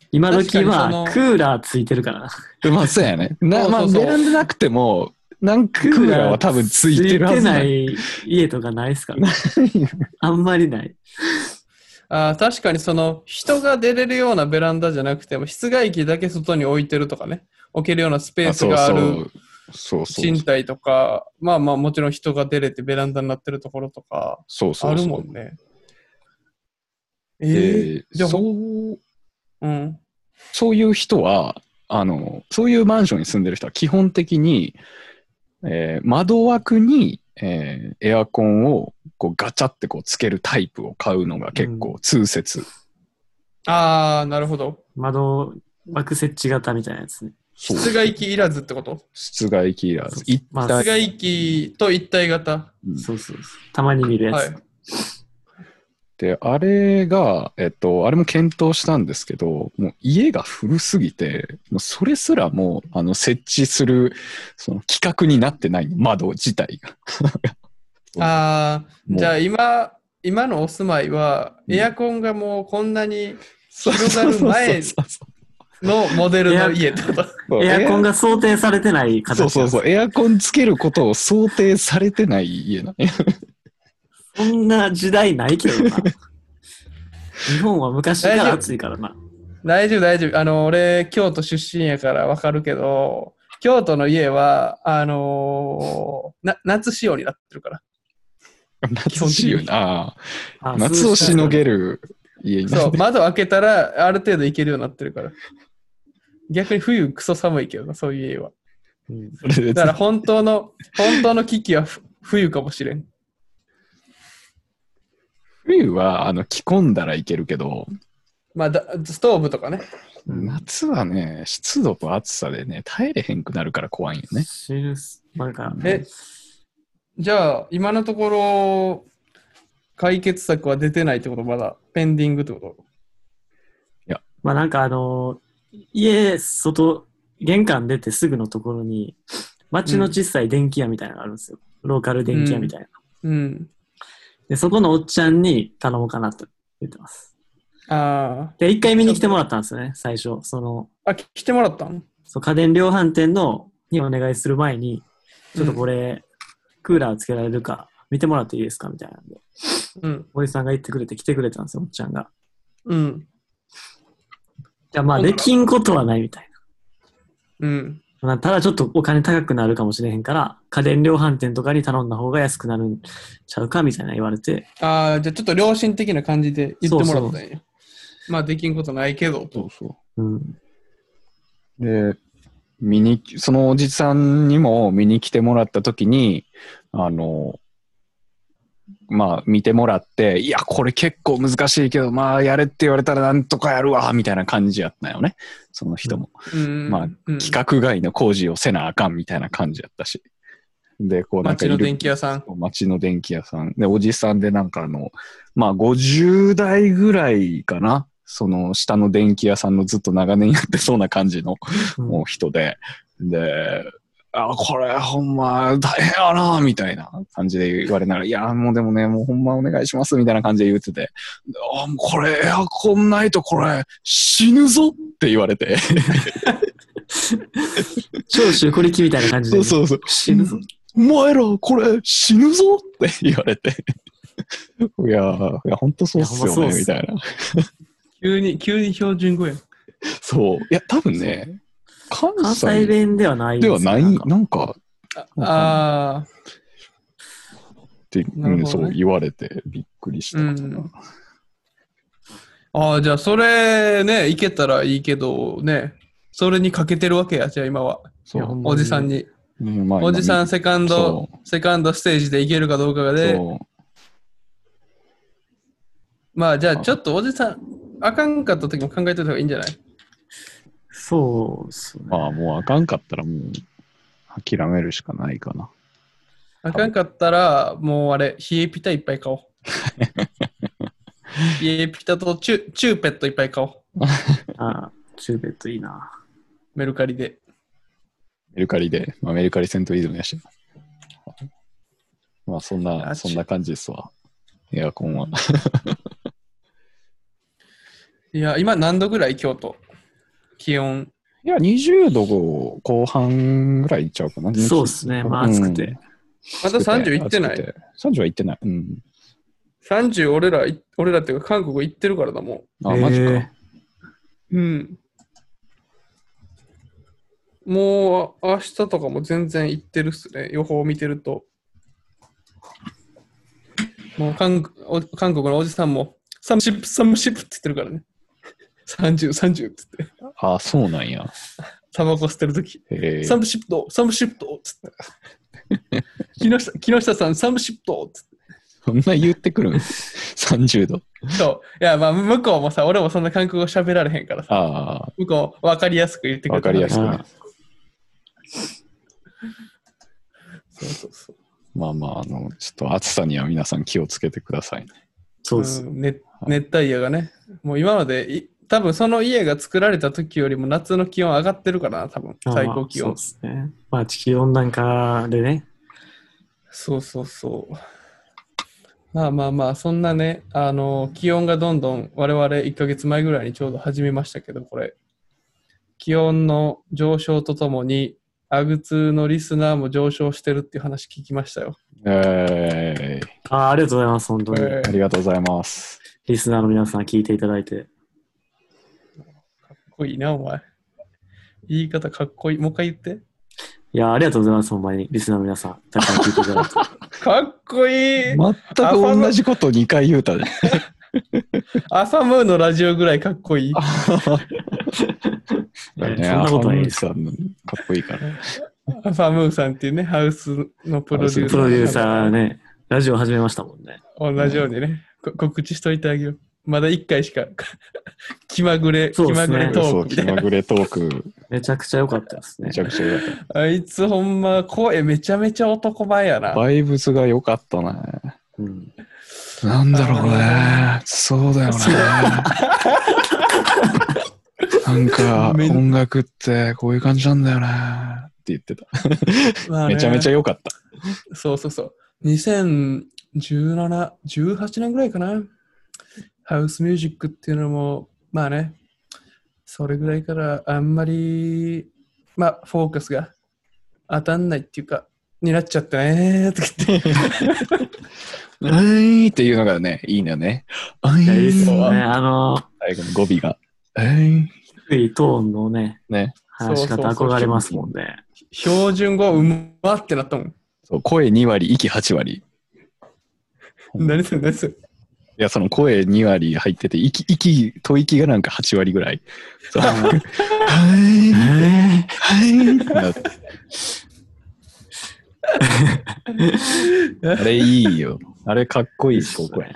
[SPEAKER 2] 今時
[SPEAKER 1] 確かにその
[SPEAKER 2] はクーラーついてるからな。
[SPEAKER 3] でまあ、そうやね。なま
[SPEAKER 1] そ
[SPEAKER 3] あ、
[SPEAKER 1] うそうそう
[SPEAKER 3] ベランダなくても、なんかクーラーは多分ついてるは
[SPEAKER 2] つ
[SPEAKER 3] ず
[SPEAKER 2] いてない家とかないっすから、ね、あんまりない。
[SPEAKER 1] あー確かにその人が出れるようなベランダじゃなくても室外機だけ外に置いてるとかね置けるようなスペー
[SPEAKER 3] あ
[SPEAKER 1] ス
[SPEAKER 3] そう
[SPEAKER 1] があ
[SPEAKER 3] そ
[SPEAKER 1] る
[SPEAKER 3] う。そうそう
[SPEAKER 1] 賃。貸とかまあまあもちろん人が出れてベランダになってるところとか
[SPEAKER 3] そうそうそう。
[SPEAKER 1] あるもんねええ
[SPEAKER 3] で
[SPEAKER 1] じゃあ
[SPEAKER 3] そう、
[SPEAKER 1] うん
[SPEAKER 3] そういう人は、あの、そういうマンションに住んでる人は基本的に、えー窓枠に、えーエアコンをこうガチャってこうつけるタイプを買うのが結構通説。
[SPEAKER 1] ああなるほど
[SPEAKER 2] 窓枠設置型みたいなやつね。
[SPEAKER 3] そう
[SPEAKER 1] 室外機いらずってこと
[SPEAKER 3] 室外機いらず。一
[SPEAKER 2] まあ
[SPEAKER 3] 体
[SPEAKER 1] 室外機と一体型
[SPEAKER 3] うん
[SPEAKER 2] そうそうそう。たまに見るやつ。
[SPEAKER 1] はい
[SPEAKER 3] で、あれが、えっと、あれも検討したんですけど、もう家が古すぎて、もうそれすらもう、あの、設置する、その企画になってない、窓自体が。
[SPEAKER 1] ああ
[SPEAKER 3] もう
[SPEAKER 1] じゃあ今今のお住まいは
[SPEAKER 3] うん
[SPEAKER 1] エアコンがもうこんなに広がる前
[SPEAKER 3] そうそうそう
[SPEAKER 1] のモデルの家ってこと
[SPEAKER 3] そう
[SPEAKER 2] エアコンが想定されてない形
[SPEAKER 3] そうそうそう、エアコンつけることを想定されてない家なのね。
[SPEAKER 2] そんな時代ないけど な。日本は昔から暑いからな。
[SPEAKER 1] 大丈夫大丈夫あの俺京都出身やからわかるけど京都の家はあのーな夏仕様になってるから
[SPEAKER 3] 夏仕様な。あ
[SPEAKER 2] あ
[SPEAKER 3] ー夏をしのげ
[SPEAKER 2] る。
[SPEAKER 3] る家にな
[SPEAKER 1] そ
[SPEAKER 3] っ
[SPEAKER 1] う
[SPEAKER 3] てる
[SPEAKER 1] 窓開けたらある程度行けるようになってるから逆に冬クソ寒いけどなそういう家は
[SPEAKER 2] うん
[SPEAKER 3] それで
[SPEAKER 1] だから本当の本当の危機はふ冬かもしれん
[SPEAKER 3] 冬は、あの、着込んだらいけるけど、
[SPEAKER 1] まあだストーブとかね
[SPEAKER 3] 夏はね、湿度と暑さでね、耐えれへんくなるから怖いんよね。
[SPEAKER 2] シルスなんか、
[SPEAKER 1] えじゃあ今のところ解決策は出てないってことまだペンディングってこと
[SPEAKER 2] まあなんかあの、家、外、玄関出てすぐのところに、町の小さい電気屋みたいなのがあるんですよ。ローカル電気屋みたいな。
[SPEAKER 1] うん
[SPEAKER 2] で、そこのおっちゃんに頼もうかなと言ってます。
[SPEAKER 1] あ
[SPEAKER 2] で、一回見に来てもらったんですよね、最初。その、
[SPEAKER 1] ーあき来てもらったん
[SPEAKER 2] そう家電量販店のにお願いする前に、ちょっとこれ、クーラーつけられるか、見てもらっていいですかみたいなんで。
[SPEAKER 1] うん
[SPEAKER 2] 森さんが言ってくれて来てくれたんですよ、おっちゃんが。
[SPEAKER 1] うん
[SPEAKER 2] じゃあまあ、できんことはないみたい
[SPEAKER 1] うん。
[SPEAKER 2] な。まあただちょっとお金高くなるかもしれへんから、家電量販店とかに頼んだ方が安くなるんちゃうかみたいな言われて、
[SPEAKER 1] ああ、じゃあちょっと良心的な感じで言ってもらったんや。まあできんことないけどと。
[SPEAKER 3] うそう。
[SPEAKER 2] うん。
[SPEAKER 3] で、見に、そのおじさんにも見に来てもらったときに、あの、まあ見てもらって、いや、これ結構難しいけど、まあやれって言われたらなんとかやるわ、みたいな感じやったよね。その人も。
[SPEAKER 1] うん
[SPEAKER 3] まあ
[SPEAKER 1] うん
[SPEAKER 3] 規格外の工事をせなあかんみたいな感じやったし。で、こうなん
[SPEAKER 1] 街
[SPEAKER 3] かいる
[SPEAKER 1] の電気屋さん。
[SPEAKER 3] 町の電気屋さん。で、おじさんでなんかあの、まあ50代ぐらいかな。その下の電気屋さんのずっと長年やってそうな感じの
[SPEAKER 2] うん
[SPEAKER 3] もう人で。で、あ、これほんま大変やな、みたいな感じで言われながら、いや、もうでもね、もうほんまお願いします、みたいな感じで言ってて、あ、もうこれエアコンないとこれ死ぬぞって言われて。
[SPEAKER 2] 長州これきみたいな感じで、
[SPEAKER 3] そうそうそう。
[SPEAKER 2] 死ぬぞ。
[SPEAKER 3] お前ら、これ、死ぬぞって言われて。 いやー、いや本当そうっすよ
[SPEAKER 2] いやほんまそう
[SPEAKER 3] ね、
[SPEAKER 2] っす
[SPEAKER 3] みたいな。
[SPEAKER 1] 急に、急に標準語やん。
[SPEAKER 3] そう。いや、多分ね、関
[SPEAKER 2] 関西
[SPEAKER 3] 西
[SPEAKER 2] 弁ではない
[SPEAKER 3] ではない、
[SPEAKER 2] ん
[SPEAKER 3] な
[SPEAKER 2] すよ
[SPEAKER 3] んか
[SPEAKER 2] んか
[SPEAKER 1] ああ
[SPEAKER 3] って、
[SPEAKER 1] な
[SPEAKER 3] う
[SPEAKER 1] るほ
[SPEAKER 3] ん、
[SPEAKER 1] ど
[SPEAKER 3] そ
[SPEAKER 1] ね
[SPEAKER 3] う言われてびっくりしたかな。
[SPEAKER 1] うんー、ああ、じゃあそれね、いけたらいいけどね、それに欠けてるわけや、じゃあ今は。
[SPEAKER 3] そ
[SPEAKER 2] いやほ
[SPEAKER 3] う。
[SPEAKER 1] おじさんに。
[SPEAKER 3] うんまあ
[SPEAKER 1] おじさん、セカンド
[SPEAKER 3] そ、
[SPEAKER 1] セカンドステージでいけるかどうかがで、
[SPEAKER 3] そ
[SPEAKER 1] まあじゃあ
[SPEAKER 3] あ
[SPEAKER 1] ちょっとおじさん、あかんかった時も考えといた方がいいんじゃないう
[SPEAKER 2] そうっすね
[SPEAKER 3] う。。まあ、もうあかんかったらもう、諦めるしかないかな。
[SPEAKER 1] あかんかったら、もうあれ、冷えピタいっぱい 買おう。冷えピタとチュチューペットいっぱい買おう。
[SPEAKER 2] あチューベットいいな。
[SPEAKER 1] メルカリで。
[SPEAKER 3] メルカリで、まあ、メルカリセントリズムやし。まあ、そんな、
[SPEAKER 1] あ
[SPEAKER 3] そんな感じですわ。エアコンは。
[SPEAKER 1] いや、今何度ぐらい京都気温。
[SPEAKER 3] いや、20度後半ぐらいいっちゃうかな。
[SPEAKER 2] そうっすねまあ暑くて
[SPEAKER 3] うん
[SPEAKER 1] まだ30いってな。
[SPEAKER 3] 暑く
[SPEAKER 1] い。
[SPEAKER 3] 30はいってない。うん。
[SPEAKER 1] 30俺ら、い俺らっていうか韓国行ってるからだも
[SPEAKER 3] あ、マジ
[SPEAKER 2] え
[SPEAKER 3] か
[SPEAKER 2] ー。
[SPEAKER 1] ん。うん。もうあ明日とかも全然行ってるっすね。予報を見てると。もう韓お韓国のおじさんも、サムシップ、サムシップって言ってるからね。30、30って言って。
[SPEAKER 3] あ、そうなんや。
[SPEAKER 1] タバコ吸ってるとき。
[SPEAKER 3] え
[SPEAKER 1] サムシプト、サムシプトっつって。木下木下さん、サムシプトっつって。
[SPEAKER 3] そんな言ってくるん ?30 度。
[SPEAKER 1] そう。いや、まあ、向こうもさ、俺もそんな韓国語喋られへんからさ、
[SPEAKER 3] あ
[SPEAKER 1] 向こう、分かりやすく言ってくれ
[SPEAKER 3] あ、わかりやすく
[SPEAKER 2] あ
[SPEAKER 3] ね
[SPEAKER 2] ー。
[SPEAKER 1] そうそうそう。
[SPEAKER 3] まあまあ、あの、ちょっと暑さには皆さん気をつけてくださいね。
[SPEAKER 2] そうっす。
[SPEAKER 1] うんね熱帯夜がね、もう今までい、多分その家が作られた時よりも夏の気温上がってるからな、多分
[SPEAKER 2] あー
[SPEAKER 1] 最高気
[SPEAKER 2] そう
[SPEAKER 1] 温
[SPEAKER 2] っ。すね。まあ、地球温暖化でね。
[SPEAKER 1] そうそうそう。まあまあまあ、そんなね、あの、気温がどんどん、我々1ヶ月前ぐらいにちょうど始めましたけど、これ、気温の上昇とともに、アグツのリスナーも上昇してるっていう話聞きましたよ。
[SPEAKER 3] え
[SPEAKER 2] あーありがとうございます、本当に。
[SPEAKER 1] え
[SPEAKER 3] ー、ありがとうございます。
[SPEAKER 2] リスナーの皆さん聞いていただいて。
[SPEAKER 1] かっこいいな、お前。言い方かっこいい。もう一回言って。
[SPEAKER 2] いやー、ありがとうございます、ほんまに。リスナーの皆さん、たくさん聞いていただいて。
[SPEAKER 1] かっこいい
[SPEAKER 3] 全く同じこと2回言うたで。
[SPEAKER 1] 朝ムーンのラジオぐらいかっこいい。
[SPEAKER 3] だよ
[SPEAKER 2] いやそんなことないです
[SPEAKER 3] アファムーンさんのかっこいいから。
[SPEAKER 1] 朝ムーンさんっていうね、ハウスのプロデューサー。
[SPEAKER 2] プロデューサーね、ラジオ始めましたもんね。
[SPEAKER 1] 同じようにね、こ告知しといてあげよう。まだ1回しか 気まぐれ、気
[SPEAKER 2] そうっす
[SPEAKER 1] ま
[SPEAKER 2] ね
[SPEAKER 1] ぐれト
[SPEAKER 3] そ
[SPEAKER 1] ー
[SPEAKER 3] う、
[SPEAKER 1] クみ
[SPEAKER 3] 気
[SPEAKER 1] たいな
[SPEAKER 3] まぐれトーク、
[SPEAKER 2] めちゃくちゃ良かったですね
[SPEAKER 3] めち。ゃくちゃ良かっ
[SPEAKER 1] あいつほんま声めちゃめちゃ男前やな
[SPEAKER 3] た。。バイブスが良かったね。
[SPEAKER 2] うん、
[SPEAKER 3] なんだろう
[SPEAKER 1] あ
[SPEAKER 3] ね。そうだよね。なんか、
[SPEAKER 1] めん
[SPEAKER 3] 音楽ってこういう感じなんだよね。って言ってた。
[SPEAKER 1] まあね
[SPEAKER 3] めちゃめちゃ良かった。
[SPEAKER 1] そうそうそう。2017、18年ぐらいかな。ハウスミュージックっていうのも、まあね、それぐらいからあんまり、まあ、フォーカスが当たんないっていうか、になっちゃったねーとか言って。
[SPEAKER 3] うーいっていうのがね、いいのよね。うー
[SPEAKER 2] いや、いい
[SPEAKER 3] い
[SPEAKER 2] っすね。
[SPEAKER 3] は
[SPEAKER 2] あの、
[SPEAKER 3] 最後の語尾が。うーい
[SPEAKER 2] 低いトーンのね、
[SPEAKER 3] ね。
[SPEAKER 2] 話し方
[SPEAKER 1] そうそうそう
[SPEAKER 2] 憧れますもんね。
[SPEAKER 1] 標準語うまってなったもん。
[SPEAKER 3] そう声2割、息8割。
[SPEAKER 1] 何それ何それ
[SPEAKER 3] いや、その声2割入ってて、息、息、吐息がなんか8割ぐらい。そうはーい、
[SPEAKER 2] えー
[SPEAKER 3] はいってなって。 あれいいよ。あれかっこいいし、ここや。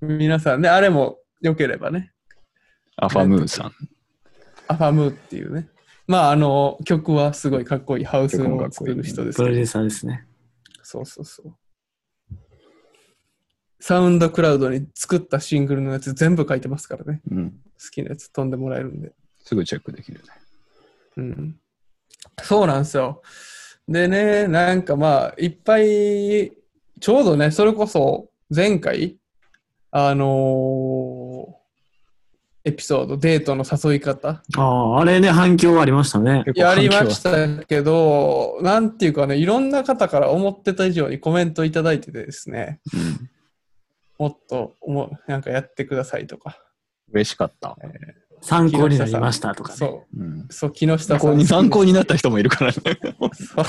[SPEAKER 1] 皆さんね、あれも良ければね、
[SPEAKER 3] アファムーンさん。
[SPEAKER 1] アファムーっていうね、まあ、あの、曲はすごいかっこいい。ハウスを作る人ですけ
[SPEAKER 2] プロ
[SPEAKER 1] ど
[SPEAKER 2] デューサーですね。
[SPEAKER 1] そうそうそう。サウンドクラウドに作ったシングルのやつ全部書いてますからね。
[SPEAKER 3] うん。
[SPEAKER 1] 好きなやつ飛んでもらえるんで。
[SPEAKER 3] すぐチェックできるね。
[SPEAKER 1] うん。そうなんですよ。でね、なんかまあ、いっぱい、ちょうどね、それこそ前回、あのーエピソード、デートの誘い方、
[SPEAKER 2] ああ、あれね、反響ありましたね。
[SPEAKER 3] 結構
[SPEAKER 1] や
[SPEAKER 3] 反響
[SPEAKER 1] りましたけど、なんていうかね、いろんな方から思ってた以上にコメントいただいててですね、
[SPEAKER 3] うん
[SPEAKER 1] もっとおもなんかやってくださいとか。
[SPEAKER 3] 嬉しかった。
[SPEAKER 2] 参考になりましたとか、ね。
[SPEAKER 1] そ
[SPEAKER 3] うん
[SPEAKER 1] う、そう、木下さん。
[SPEAKER 3] 参考に参考になった人もいるからね。
[SPEAKER 1] そう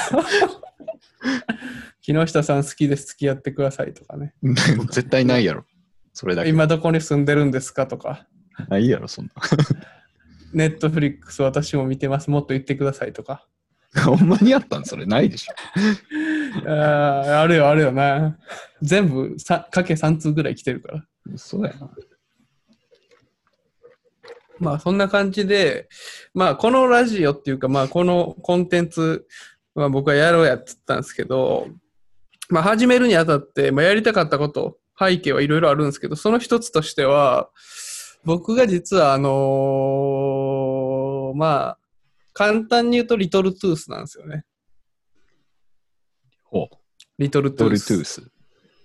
[SPEAKER 1] 木下さん好きです、付き合ってくださいとかね。
[SPEAKER 3] 絶対ないやろ。それだけ。
[SPEAKER 1] 今どこに住んでるんですかとか、
[SPEAKER 3] ないやろ、そん
[SPEAKER 1] ネットフリックス私も見てます、もっと言ってくださいとか。
[SPEAKER 3] な。ほんまにあったんそれないでしょ。
[SPEAKER 1] あーあるよ、あるよな。全部さかけ3通ぐらい来てるから。
[SPEAKER 3] そうやな。
[SPEAKER 1] まあそんな感じで、まあこのラジオっていうか、まあこのコンテンツは僕はやろうやってったんですけど、まあ始めるにあたって、まあやりたかったこと、背景はいろいろあるんですけど、その一つとしては、僕が実はあのーまあ、簡単に言うとリトルトゥースなんですよね。
[SPEAKER 3] ほう。
[SPEAKER 1] リトルトゥー
[SPEAKER 3] ドル
[SPEAKER 1] ス。
[SPEAKER 3] トゥース。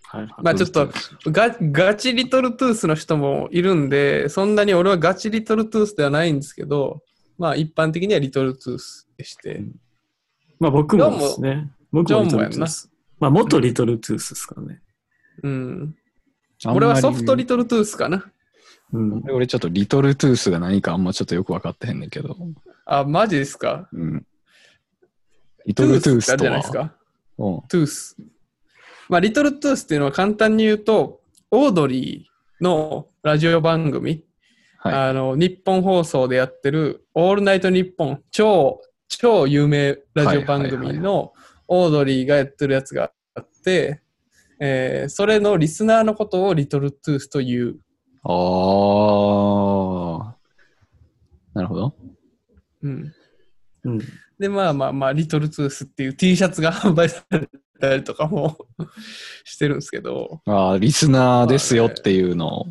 [SPEAKER 2] はいはい
[SPEAKER 1] まあちょっとガガチリトルトゥースの人もいるんで、そんなに俺はガチリトルトゥースではないんですけど、まあ一般的にはリトルトゥースでして、
[SPEAKER 2] まあ僕もですね。僕もリトルトゥース。まあ元リトルトゥースですからね。
[SPEAKER 1] うん。
[SPEAKER 3] あんまり
[SPEAKER 1] 俺はソフトリトルトゥースかな。
[SPEAKER 2] うん。
[SPEAKER 3] 俺俺ちょっとリトルトゥースが何かあんまちょっとよく分かってへんねんけど。
[SPEAKER 1] あ、マジですか。
[SPEAKER 3] うん。リトルトゥ
[SPEAKER 1] って
[SPEAKER 3] ー
[SPEAKER 1] あ
[SPEAKER 3] ス
[SPEAKER 1] る
[SPEAKER 3] と
[SPEAKER 1] じゃない
[SPEAKER 3] は
[SPEAKER 1] ですか。
[SPEAKER 3] うん
[SPEAKER 1] トゥース。まあリトルトゥースっていうのは簡単に言うと、オードリーのラジオ番組、
[SPEAKER 3] はい。
[SPEAKER 1] あの、日本放送でやってる、オールナイトニッポン、超、超有名ラジオ番
[SPEAKER 3] はいはい
[SPEAKER 1] 組
[SPEAKER 3] はい
[SPEAKER 1] の、オードリーがやってるやつがあって、えーそれのリスナーのことをリトルトゥースという。
[SPEAKER 3] あー。なるほど。
[SPEAKER 1] うん。
[SPEAKER 2] うん。
[SPEAKER 1] で、まあまあまあ、リトルトゥースっていう T シャツが 販売されたりとかも してるんですけど、
[SPEAKER 3] あーリスナーですよっていうのを、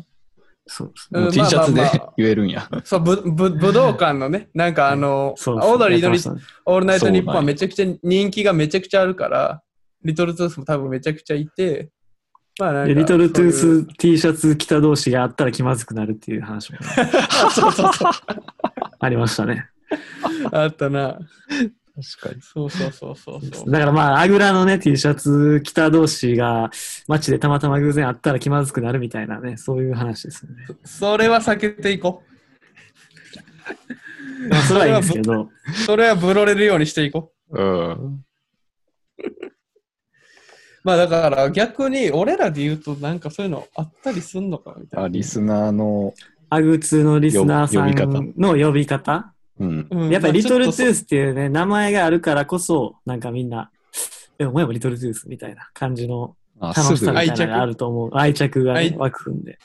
[SPEAKER 2] そうです
[SPEAKER 1] うん
[SPEAKER 3] もう T シャツで
[SPEAKER 1] まあまあまあ
[SPEAKER 3] 言えるんや。
[SPEAKER 1] そう、ぶぶ武道館のね、なんかあの、
[SPEAKER 2] そう
[SPEAKER 1] オ
[SPEAKER 2] ですね
[SPEAKER 1] ードリーのリ
[SPEAKER 2] やってまし
[SPEAKER 1] オールナイトニッポン
[SPEAKER 3] そうな
[SPEAKER 1] は
[SPEAKER 3] ん
[SPEAKER 1] め
[SPEAKER 3] や
[SPEAKER 1] ちゃくちゃ人気がめちゃくちゃあるから、リトルトゥースも多分めちゃくちゃいて、まあな
[SPEAKER 2] た
[SPEAKER 1] ん
[SPEAKER 2] ねで
[SPEAKER 1] か
[SPEAKER 2] リトルトゥー
[SPEAKER 1] そういう
[SPEAKER 2] ス T シャツ着た同士があったら気まずくなるっていう話も
[SPEAKER 1] そうそうそう
[SPEAKER 2] ありましたね。
[SPEAKER 1] あったな。
[SPEAKER 3] 確かに。
[SPEAKER 1] そうそうそうそうそう。
[SPEAKER 2] だからまあ、あぐらのね、T シャツ着た同士が街でたまたま偶然会ったら気まずくなるみたいなね、そういう話ですよね。
[SPEAKER 1] それは避けていこ
[SPEAKER 2] まあ、それはいいんですけど、
[SPEAKER 1] う。それはブロれるようにしていこう。
[SPEAKER 3] うん。
[SPEAKER 1] まあだから逆に俺らで言うとなんかそういうのあったりすんのかみたい
[SPEAKER 3] あ
[SPEAKER 1] な。
[SPEAKER 3] リスナーの、
[SPEAKER 2] アグツのリスナーさんの呼び方
[SPEAKER 3] うん。
[SPEAKER 1] うん
[SPEAKER 2] やっぱりリトルトゥ
[SPEAKER 1] まあ
[SPEAKER 2] ースっていうね、名前があるからこそ、なんかみんな、え、お前もリトルトゥースみたいな感じの
[SPEAKER 3] あ
[SPEAKER 2] 楽し
[SPEAKER 3] す
[SPEAKER 2] さ
[SPEAKER 3] ぐ
[SPEAKER 2] みたいなのがあると思う。愛着が、ね
[SPEAKER 1] 愛、
[SPEAKER 2] 湧くんで。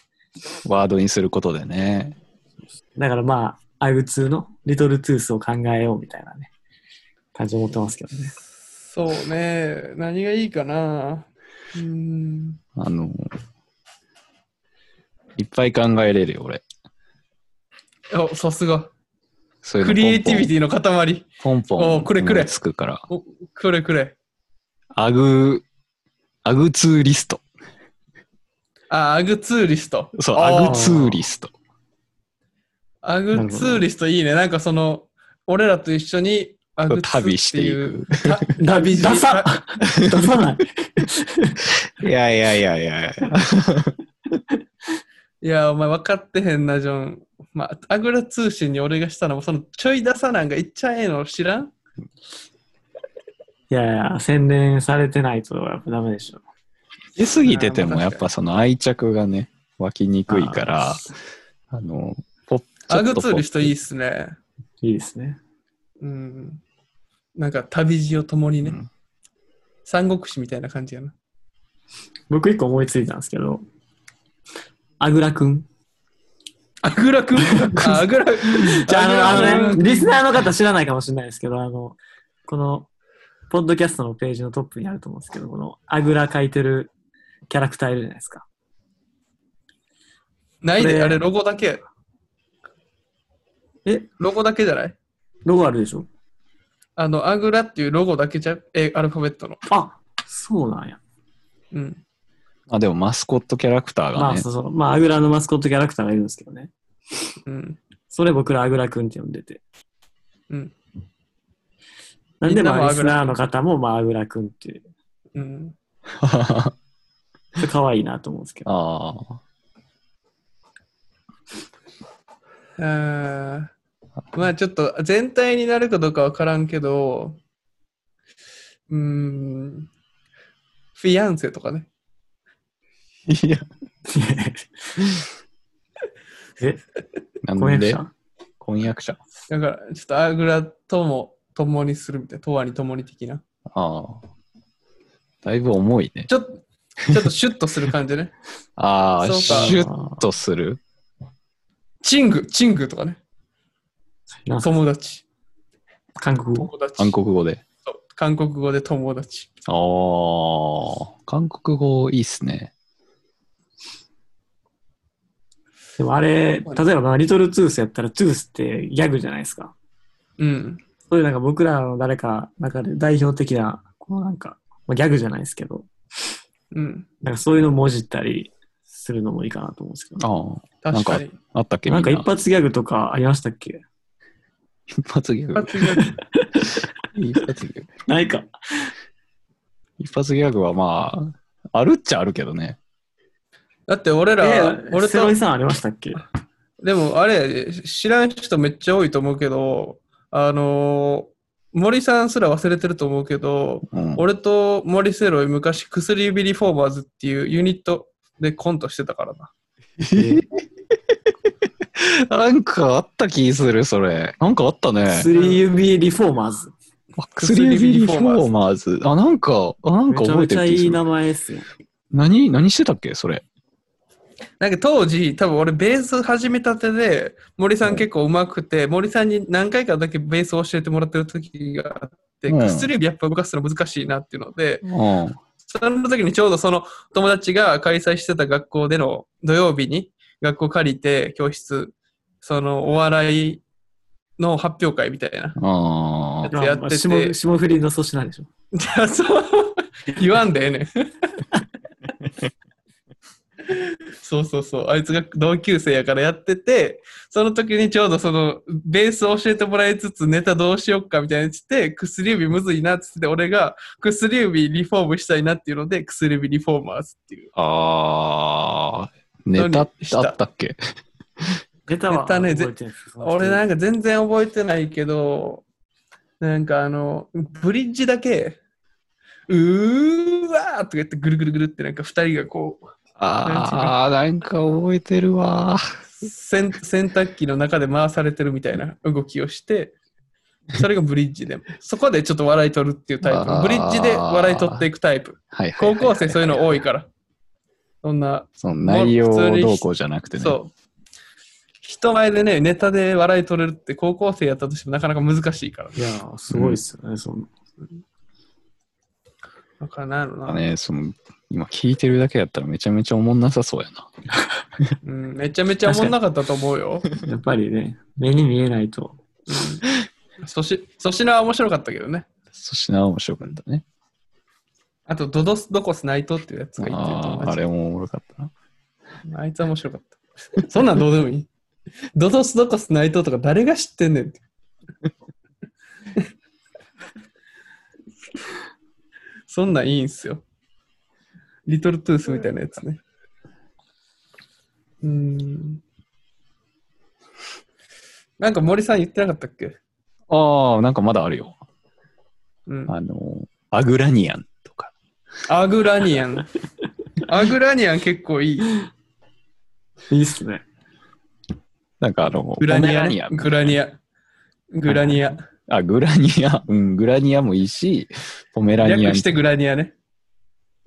[SPEAKER 3] ワードにすることでね。
[SPEAKER 2] だからまあ、アグツのリトルトゥースを考えようみたいなね、感じを持ってますけどね。
[SPEAKER 1] ちょっとそうね。何がいいかな。うーん。
[SPEAKER 3] あの、いっぱい考えれるよ、俺。
[SPEAKER 1] お、さすが。
[SPEAKER 3] そういう
[SPEAKER 1] クリエイティビテ
[SPEAKER 3] ィ。
[SPEAKER 1] ィの塊。
[SPEAKER 3] ポンポン。
[SPEAKER 1] おーくれくれ
[SPEAKER 3] 思いつくから。
[SPEAKER 1] おくれくれ。
[SPEAKER 3] アグ、アグツーリスト。
[SPEAKER 1] あ、アグツーリスト。
[SPEAKER 3] そう、
[SPEAKER 1] あー
[SPEAKER 3] アグツーリスト。
[SPEAKER 1] アグツーリストいいね。なんかその、俺らと一緒にアグツー
[SPEAKER 3] 旅していく。
[SPEAKER 1] ってい う。た
[SPEAKER 2] ダ
[SPEAKER 1] 旅
[SPEAKER 2] サ出さない。
[SPEAKER 3] いやいやいやいや。
[SPEAKER 1] いや、お前分かってへんな、ジョン。まあ、アグラ通信に俺がしたのも、そのちょい出さなんか言っちゃええの知らん
[SPEAKER 2] いやいや、宣伝されてないとやっぱダメでしょ。
[SPEAKER 3] 出過ぎてても、
[SPEAKER 1] まあ
[SPEAKER 3] やっぱその愛着がね、湧きにくいから、あの、ポッちょっ
[SPEAKER 1] ア
[SPEAKER 3] と
[SPEAKER 1] グツーリストいい
[SPEAKER 3] ポ
[SPEAKER 1] っすね。
[SPEAKER 2] いいですね。
[SPEAKER 1] うん。なんか旅路を共に
[SPEAKER 3] ップ
[SPEAKER 1] ね、
[SPEAKER 3] うん
[SPEAKER 1] 三国志みたいな感じやな。
[SPEAKER 2] 僕一個思いついたんですけど、アグラくん。
[SPEAKER 1] あぐ らくんああぐら、
[SPEAKER 2] じゃあ、あの、
[SPEAKER 1] ぐ
[SPEAKER 2] あ
[SPEAKER 1] ら
[SPEAKER 2] の
[SPEAKER 1] くん
[SPEAKER 2] ね、リスナーの方知らないかもしれないですけど、あの、この、ポッドキャストのページのトップにあると思うんですけど、この、あぐら書いてるキャラクターいるじゃないですか。
[SPEAKER 1] ない
[SPEAKER 2] こ
[SPEAKER 1] で、
[SPEAKER 2] れ
[SPEAKER 1] あれ、ロゴだけ。
[SPEAKER 2] え、
[SPEAKER 1] ロゴだけじゃない
[SPEAKER 2] ロゴあるでしょ
[SPEAKER 1] あの、あぐらっていうロゴだけじゃん、え、アルファベットの。
[SPEAKER 2] あ、そうなんや。
[SPEAKER 1] うん。
[SPEAKER 3] あ、でもマスコットキャラクター
[SPEAKER 2] ま
[SPEAKER 3] が
[SPEAKER 2] あ、
[SPEAKER 3] ね
[SPEAKER 2] そ。うそう。まあ、あぐらのマスコットキャラクターがいるんですけどね。
[SPEAKER 1] うん。
[SPEAKER 2] それ僕らあぐらくんって呼んでて。
[SPEAKER 1] うん。
[SPEAKER 2] なん
[SPEAKER 1] み
[SPEAKER 2] で、
[SPEAKER 1] んなも
[SPEAKER 2] まあ、
[SPEAKER 1] あ
[SPEAKER 2] リ
[SPEAKER 1] ぐ
[SPEAKER 2] ス
[SPEAKER 1] ら
[SPEAKER 2] ナーの方も、まあ、あぐらくんっていう。
[SPEAKER 1] うん。
[SPEAKER 3] あ
[SPEAKER 2] それ可愛いなと思うんですけ ど。
[SPEAKER 3] あー。
[SPEAKER 1] あーまあ、ちょっと、全体になるかどうかわからんけど、うーん。フィアンセとかね。
[SPEAKER 3] いや、
[SPEAKER 2] え、婚
[SPEAKER 3] なん
[SPEAKER 2] 約
[SPEAKER 3] で
[SPEAKER 2] 者
[SPEAKER 3] 婚約者。
[SPEAKER 1] だから、ちょっとあぐらとも共にするみたいな、とわに共に的な。
[SPEAKER 3] ああ。だいぶ重いね。
[SPEAKER 1] ちょっと、ちょっとシュッとする感じね。
[SPEAKER 3] ああ、
[SPEAKER 1] そうか
[SPEAKER 3] シュッとする。
[SPEAKER 1] チング、チングとかね。
[SPEAKER 2] なんか
[SPEAKER 1] 友達。
[SPEAKER 2] 韓国語。
[SPEAKER 1] 友達。
[SPEAKER 3] 韓国語で。
[SPEAKER 1] そう韓国語で友達。
[SPEAKER 3] ああ。韓国語いいっすね。
[SPEAKER 2] でもあれ、例えばまあリトルトゥースやったら、トゥースってギャグじゃないですか。
[SPEAKER 1] うん。
[SPEAKER 2] そういうなんか僕らの誰かの中で代表的な、こうなんか、まあ、ギャグじゃないですけど、
[SPEAKER 1] うん。
[SPEAKER 2] なんかそういうのもじったりするのもいいかなと思うんですけど。
[SPEAKER 3] ああ。
[SPEAKER 1] 確かに。
[SPEAKER 3] あったっけ
[SPEAKER 2] なんか
[SPEAKER 3] み
[SPEAKER 2] 一
[SPEAKER 3] んな
[SPEAKER 2] 発ギャグとかありましたっけ
[SPEAKER 3] 一発ギャ
[SPEAKER 1] 一
[SPEAKER 3] グ。
[SPEAKER 1] 発ギャグ
[SPEAKER 3] 一発ギャグ。
[SPEAKER 2] ないか。
[SPEAKER 3] 一発ギャグはまあ、あるっちゃあるけどね。
[SPEAKER 1] だって俺ら、
[SPEAKER 2] え、
[SPEAKER 1] 俺
[SPEAKER 2] セロ
[SPEAKER 1] と
[SPEAKER 2] イ、さんありましたっけ
[SPEAKER 1] でもあれ、知らん人めっちゃ多いと思うけど、あのー森さんすら忘れてると思うけど、
[SPEAKER 3] うん、
[SPEAKER 1] 俺と森セロイ昔、薬指リフォーマーズっていうユニットでコントしてたからな。
[SPEAKER 3] なんかあった気する、それ。なんかあったね。
[SPEAKER 2] 薬指リフォーマーズ。
[SPEAKER 3] あ薬指リフォーマーズ。あ、なんか、あ、なん
[SPEAKER 2] め
[SPEAKER 3] か
[SPEAKER 2] ちゃ
[SPEAKER 3] 覚え
[SPEAKER 2] め
[SPEAKER 3] て
[SPEAKER 2] ちゃ
[SPEAKER 3] る気す
[SPEAKER 2] いい
[SPEAKER 3] る。
[SPEAKER 2] 名前ですよ。
[SPEAKER 3] 何、何してたっけ、それ。
[SPEAKER 1] なんか当時、多分俺ベース始めたてで、森さん結構上手くて、森さんに何回かだけベースを教えてもらってる時があって、
[SPEAKER 3] うん
[SPEAKER 1] 薬指やっぱ動かすの難しいなっていうので、
[SPEAKER 3] うん。
[SPEAKER 1] その時にちょうどその友達が開催してた学校での土曜日に学校借りて教室、そのお笑いの発表会みたいな。
[SPEAKER 3] あ
[SPEAKER 1] やってて
[SPEAKER 2] まあ霜霜降りの粗品でしょ。
[SPEAKER 1] じゃあ そう、言わんでええねん。そうそうそう、あいつが同級生やからやってて、その時にちょうどそのベースを教えてもらいつつネタどうしよっかみたいにして、薬指むずいなっつって、俺が薬指リフォームしたいなっていうので、薬指リフォーマーズっていう。
[SPEAKER 3] あ。ああ。ネタってあったっけ
[SPEAKER 2] ネタは
[SPEAKER 1] ネタねぜ
[SPEAKER 2] 覚えてるんですよ
[SPEAKER 1] 俺なんか全然覚えてないけど、なんかあの、ブリッジだけ、うーわーとか言ってぐるぐるぐるってなんか二人がこう、
[SPEAKER 3] ああ、なんか覚えてるわ。
[SPEAKER 1] 洗洗濯機の中で回されてるみたいな動きをして、それがブリッジで、そこでちょっと笑い取るっていうタイ
[SPEAKER 3] あー
[SPEAKER 1] プ。ブリッジで笑い取っていくタイプ。
[SPEAKER 3] はいはいは
[SPEAKER 1] 高
[SPEAKER 3] い
[SPEAKER 1] 校生そういうの多いから。そんな、
[SPEAKER 3] その内容どうこうじゃなくてね。
[SPEAKER 1] そう。人前でね、ネタで笑い取れるって高校生やったとしてもなかなか難しいから。
[SPEAKER 2] いやー、すごいっすよね、その。
[SPEAKER 1] だからなるな、
[SPEAKER 3] ね、その、今聞いてるだけやったらめちゃめちゃおもんなさそうやな。
[SPEAKER 1] うん。めちゃめちゃおもんなかったと思うよ。
[SPEAKER 2] やっぱりね、目に見えないと。
[SPEAKER 1] そし、粗品は面白かったけどね。
[SPEAKER 3] 粗品は面白かったね。
[SPEAKER 1] あと、ドドスドコスナイトっていうやつがいて
[SPEAKER 3] ああ、あれもおもろかったな。
[SPEAKER 1] あいつは面白かった。そんなんどうでもいい。ドドスドコスナイトとか誰が知ってんねんって。そんなんいいんすよ。リトルトゥースみたいなやつね。うーん。なんか森さん言ってなかったっけ
[SPEAKER 3] ああ、なんかまだあるよ。
[SPEAKER 1] うん。
[SPEAKER 3] あの、アグラニアンとか。
[SPEAKER 1] アグラニアン。アグラニアン結構いい。
[SPEAKER 2] いいっすね。
[SPEAKER 3] なんかあの、
[SPEAKER 1] グラニア
[SPEAKER 3] ポメ
[SPEAKER 1] ね。グラニア。グラニア。
[SPEAKER 3] あ、グラニア、 うん、グラニアもいいし、ポメラニアン
[SPEAKER 1] 略し、てグラニアね。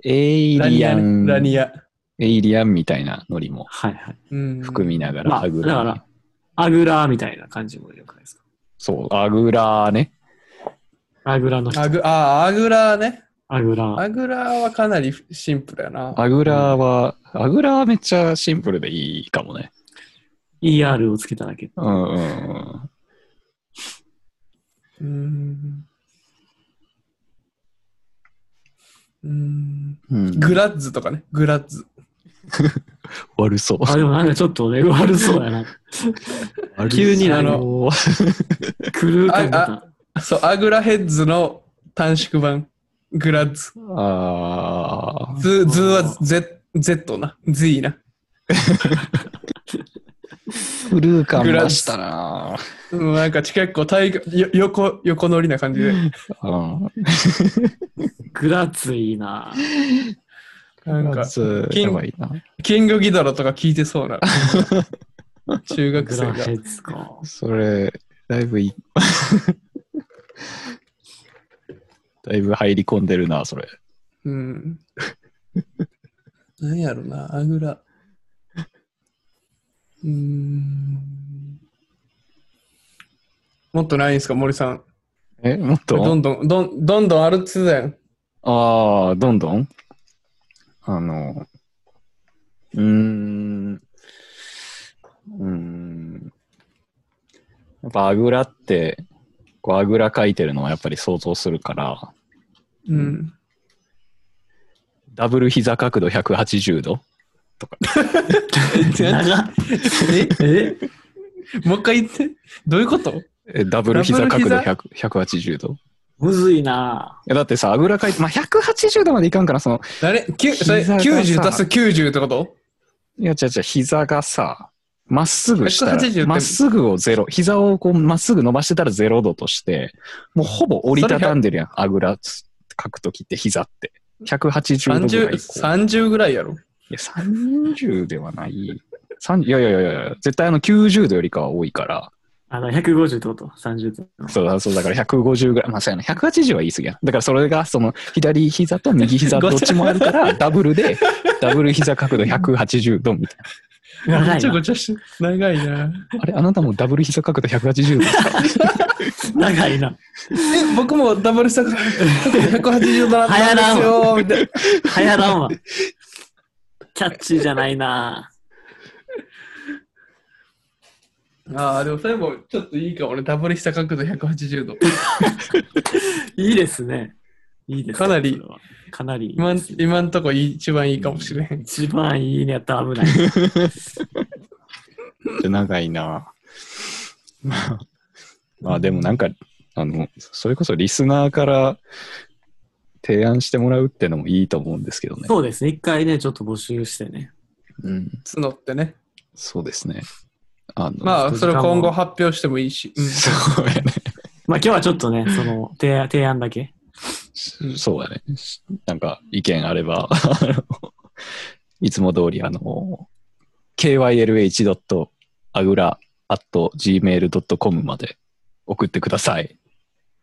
[SPEAKER 3] エイ
[SPEAKER 1] ラニ
[SPEAKER 3] リア
[SPEAKER 1] アね。
[SPEAKER 3] ン、
[SPEAKER 1] ラニア。
[SPEAKER 3] エイリアンみたいなノリも
[SPEAKER 2] はいはい。
[SPEAKER 1] うん。
[SPEAKER 3] 含みながら、
[SPEAKER 2] まあ、
[SPEAKER 3] ア
[SPEAKER 2] だ
[SPEAKER 3] グ
[SPEAKER 2] か
[SPEAKER 3] ラ、
[SPEAKER 2] ら、アグラーみたいな感じもよくないですか。
[SPEAKER 3] そう、アグラね。
[SPEAKER 2] アグラの人
[SPEAKER 1] ア、グ、あー、アグラね。
[SPEAKER 2] アグラー。
[SPEAKER 1] アグラはかなりシンプルやな。
[SPEAKER 3] アグラは、アグラはめっちゃシンプルでいいかもね。
[SPEAKER 2] ER をつけただけ。
[SPEAKER 3] うんうんうん。
[SPEAKER 1] うーん。うーん。
[SPEAKER 3] うん、
[SPEAKER 1] グラッズとかね。グラッズ。
[SPEAKER 3] 悪そう。
[SPEAKER 2] あ、でもなんかちょっとね、悪そうやな。急にあの、狂うかもな。
[SPEAKER 1] そう、アグラヘッズの短縮版。グラッズ。
[SPEAKER 3] あー
[SPEAKER 1] ズ、ズは Z、Z な。Z な。
[SPEAKER 3] クルー感
[SPEAKER 1] グラ
[SPEAKER 3] 出
[SPEAKER 1] ス
[SPEAKER 3] したな
[SPEAKER 1] うん、なんか結構体格よ横、横乗りな感じで。
[SPEAKER 3] うん
[SPEAKER 2] グラツいいな。
[SPEAKER 1] なんか、
[SPEAKER 3] そう
[SPEAKER 1] 金
[SPEAKER 3] やばいな。
[SPEAKER 1] キングギドラとか聞いて そうな。中
[SPEAKER 2] グ
[SPEAKER 1] 学生
[SPEAKER 2] ラ
[SPEAKER 1] が
[SPEAKER 2] ヘ。ッ ズか。
[SPEAKER 3] それ、だいぶい、だいぶ入り込んでるな、それ。
[SPEAKER 1] うん。何やろな、あぐら。うーん。もっとないんすか、森さん。
[SPEAKER 3] え、もっ
[SPEAKER 1] ど
[SPEAKER 3] と
[SPEAKER 1] んどん、どんどんどんあるっつってたやん。
[SPEAKER 3] ああ、どんどんあの、うーん、うーん、やっぱあぐらって、こうあぐら書いてるのはやっぱり想像するから、
[SPEAKER 1] うん。
[SPEAKER 3] ダブル膝角度180度
[SPEAKER 2] 長っ
[SPEAKER 1] え
[SPEAKER 2] え
[SPEAKER 1] もう一回言って。どういうこと
[SPEAKER 3] えダブル膝角度
[SPEAKER 1] ダブ
[SPEAKER 3] 100 180度
[SPEAKER 2] むずいな。
[SPEAKER 3] いやだってさ、あぐらかいて、まあ、180度までいかんから、その、
[SPEAKER 1] 誰きゅそれ
[SPEAKER 3] 膝がさ
[SPEAKER 1] ?90 足す90ってこと
[SPEAKER 3] いや、違う違う、膝がさ、まっすぐしたら
[SPEAKER 1] 180って、
[SPEAKER 3] まっすぐをゼロ、膝をこう、まっすぐ伸ばしてたらゼロ度として、もうほぼ折りたたんでるやん、あぐらつ書くときって膝って。180度ぐ
[SPEAKER 1] ?30
[SPEAKER 3] らいこう。
[SPEAKER 1] 30ぐらいやろ。
[SPEAKER 3] いや、30ではない。30いやいやいやいや、絶対あの90度よりかは多いから、
[SPEAKER 2] あの、150ってこと ?30 って。
[SPEAKER 3] そうだ、そうだから150ぐらい、まあそうやな、180は言い過ぎや。だからそれが、その、左膝と右膝どっちもあるから、ダブルで、ダブル膝角度180度みたい
[SPEAKER 2] 長
[SPEAKER 1] ご
[SPEAKER 2] い
[SPEAKER 1] ちゃ
[SPEAKER 2] な
[SPEAKER 1] ご。ちゃして、長いな。
[SPEAKER 3] な。あれ、あなたもダブル膝角度180度
[SPEAKER 2] 長いな。
[SPEAKER 1] え、僕もダブルしたく180度だったんですよ、みたいな。
[SPEAKER 2] 流行らんわ。キャッチーじゃないな。
[SPEAKER 1] ああ、でもそれもちょっといいかもね。ダブルした角度180度。
[SPEAKER 2] いいですね。いいですね
[SPEAKER 1] かなり
[SPEAKER 2] それはかなりいい
[SPEAKER 1] 今
[SPEAKER 2] で
[SPEAKER 1] ん
[SPEAKER 2] すね
[SPEAKER 1] 今んとこ一番いいかもしれん。
[SPEAKER 2] 一番いいのやったら危 ない。
[SPEAKER 3] 長いなまあまあでもなんかあのそれこそリスナーから提案してもらうってのもいいと思うんですけどね
[SPEAKER 2] そうですね。一回ね、ちょっと募集してね。
[SPEAKER 3] うん、
[SPEAKER 1] 角ってね。
[SPEAKER 3] そうですねあの
[SPEAKER 1] ま
[SPEAKER 2] ちょっ
[SPEAKER 1] あ、
[SPEAKER 2] と
[SPEAKER 1] そ
[SPEAKER 2] 時
[SPEAKER 1] れ
[SPEAKER 2] 間も
[SPEAKER 1] 今後発表してもいいし。う
[SPEAKER 3] そうや
[SPEAKER 2] まあ今日はちょっとね、その提案提案だけ。
[SPEAKER 3] ねそうやねなんか意見あれば あのいつも通りあの kylh.agra.gmail.com まで送ってください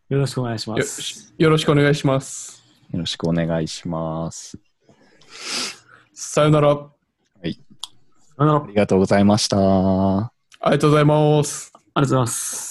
[SPEAKER 2] よろしくお願いしま
[SPEAKER 1] んよ
[SPEAKER 2] す。
[SPEAKER 1] よろしくお願いします。
[SPEAKER 3] よろしくお願いします
[SPEAKER 1] さよなら。
[SPEAKER 2] あの、あ
[SPEAKER 3] あ
[SPEAKER 2] り
[SPEAKER 3] りがとうございました。
[SPEAKER 1] ありがとうございます。
[SPEAKER 2] がとうございます。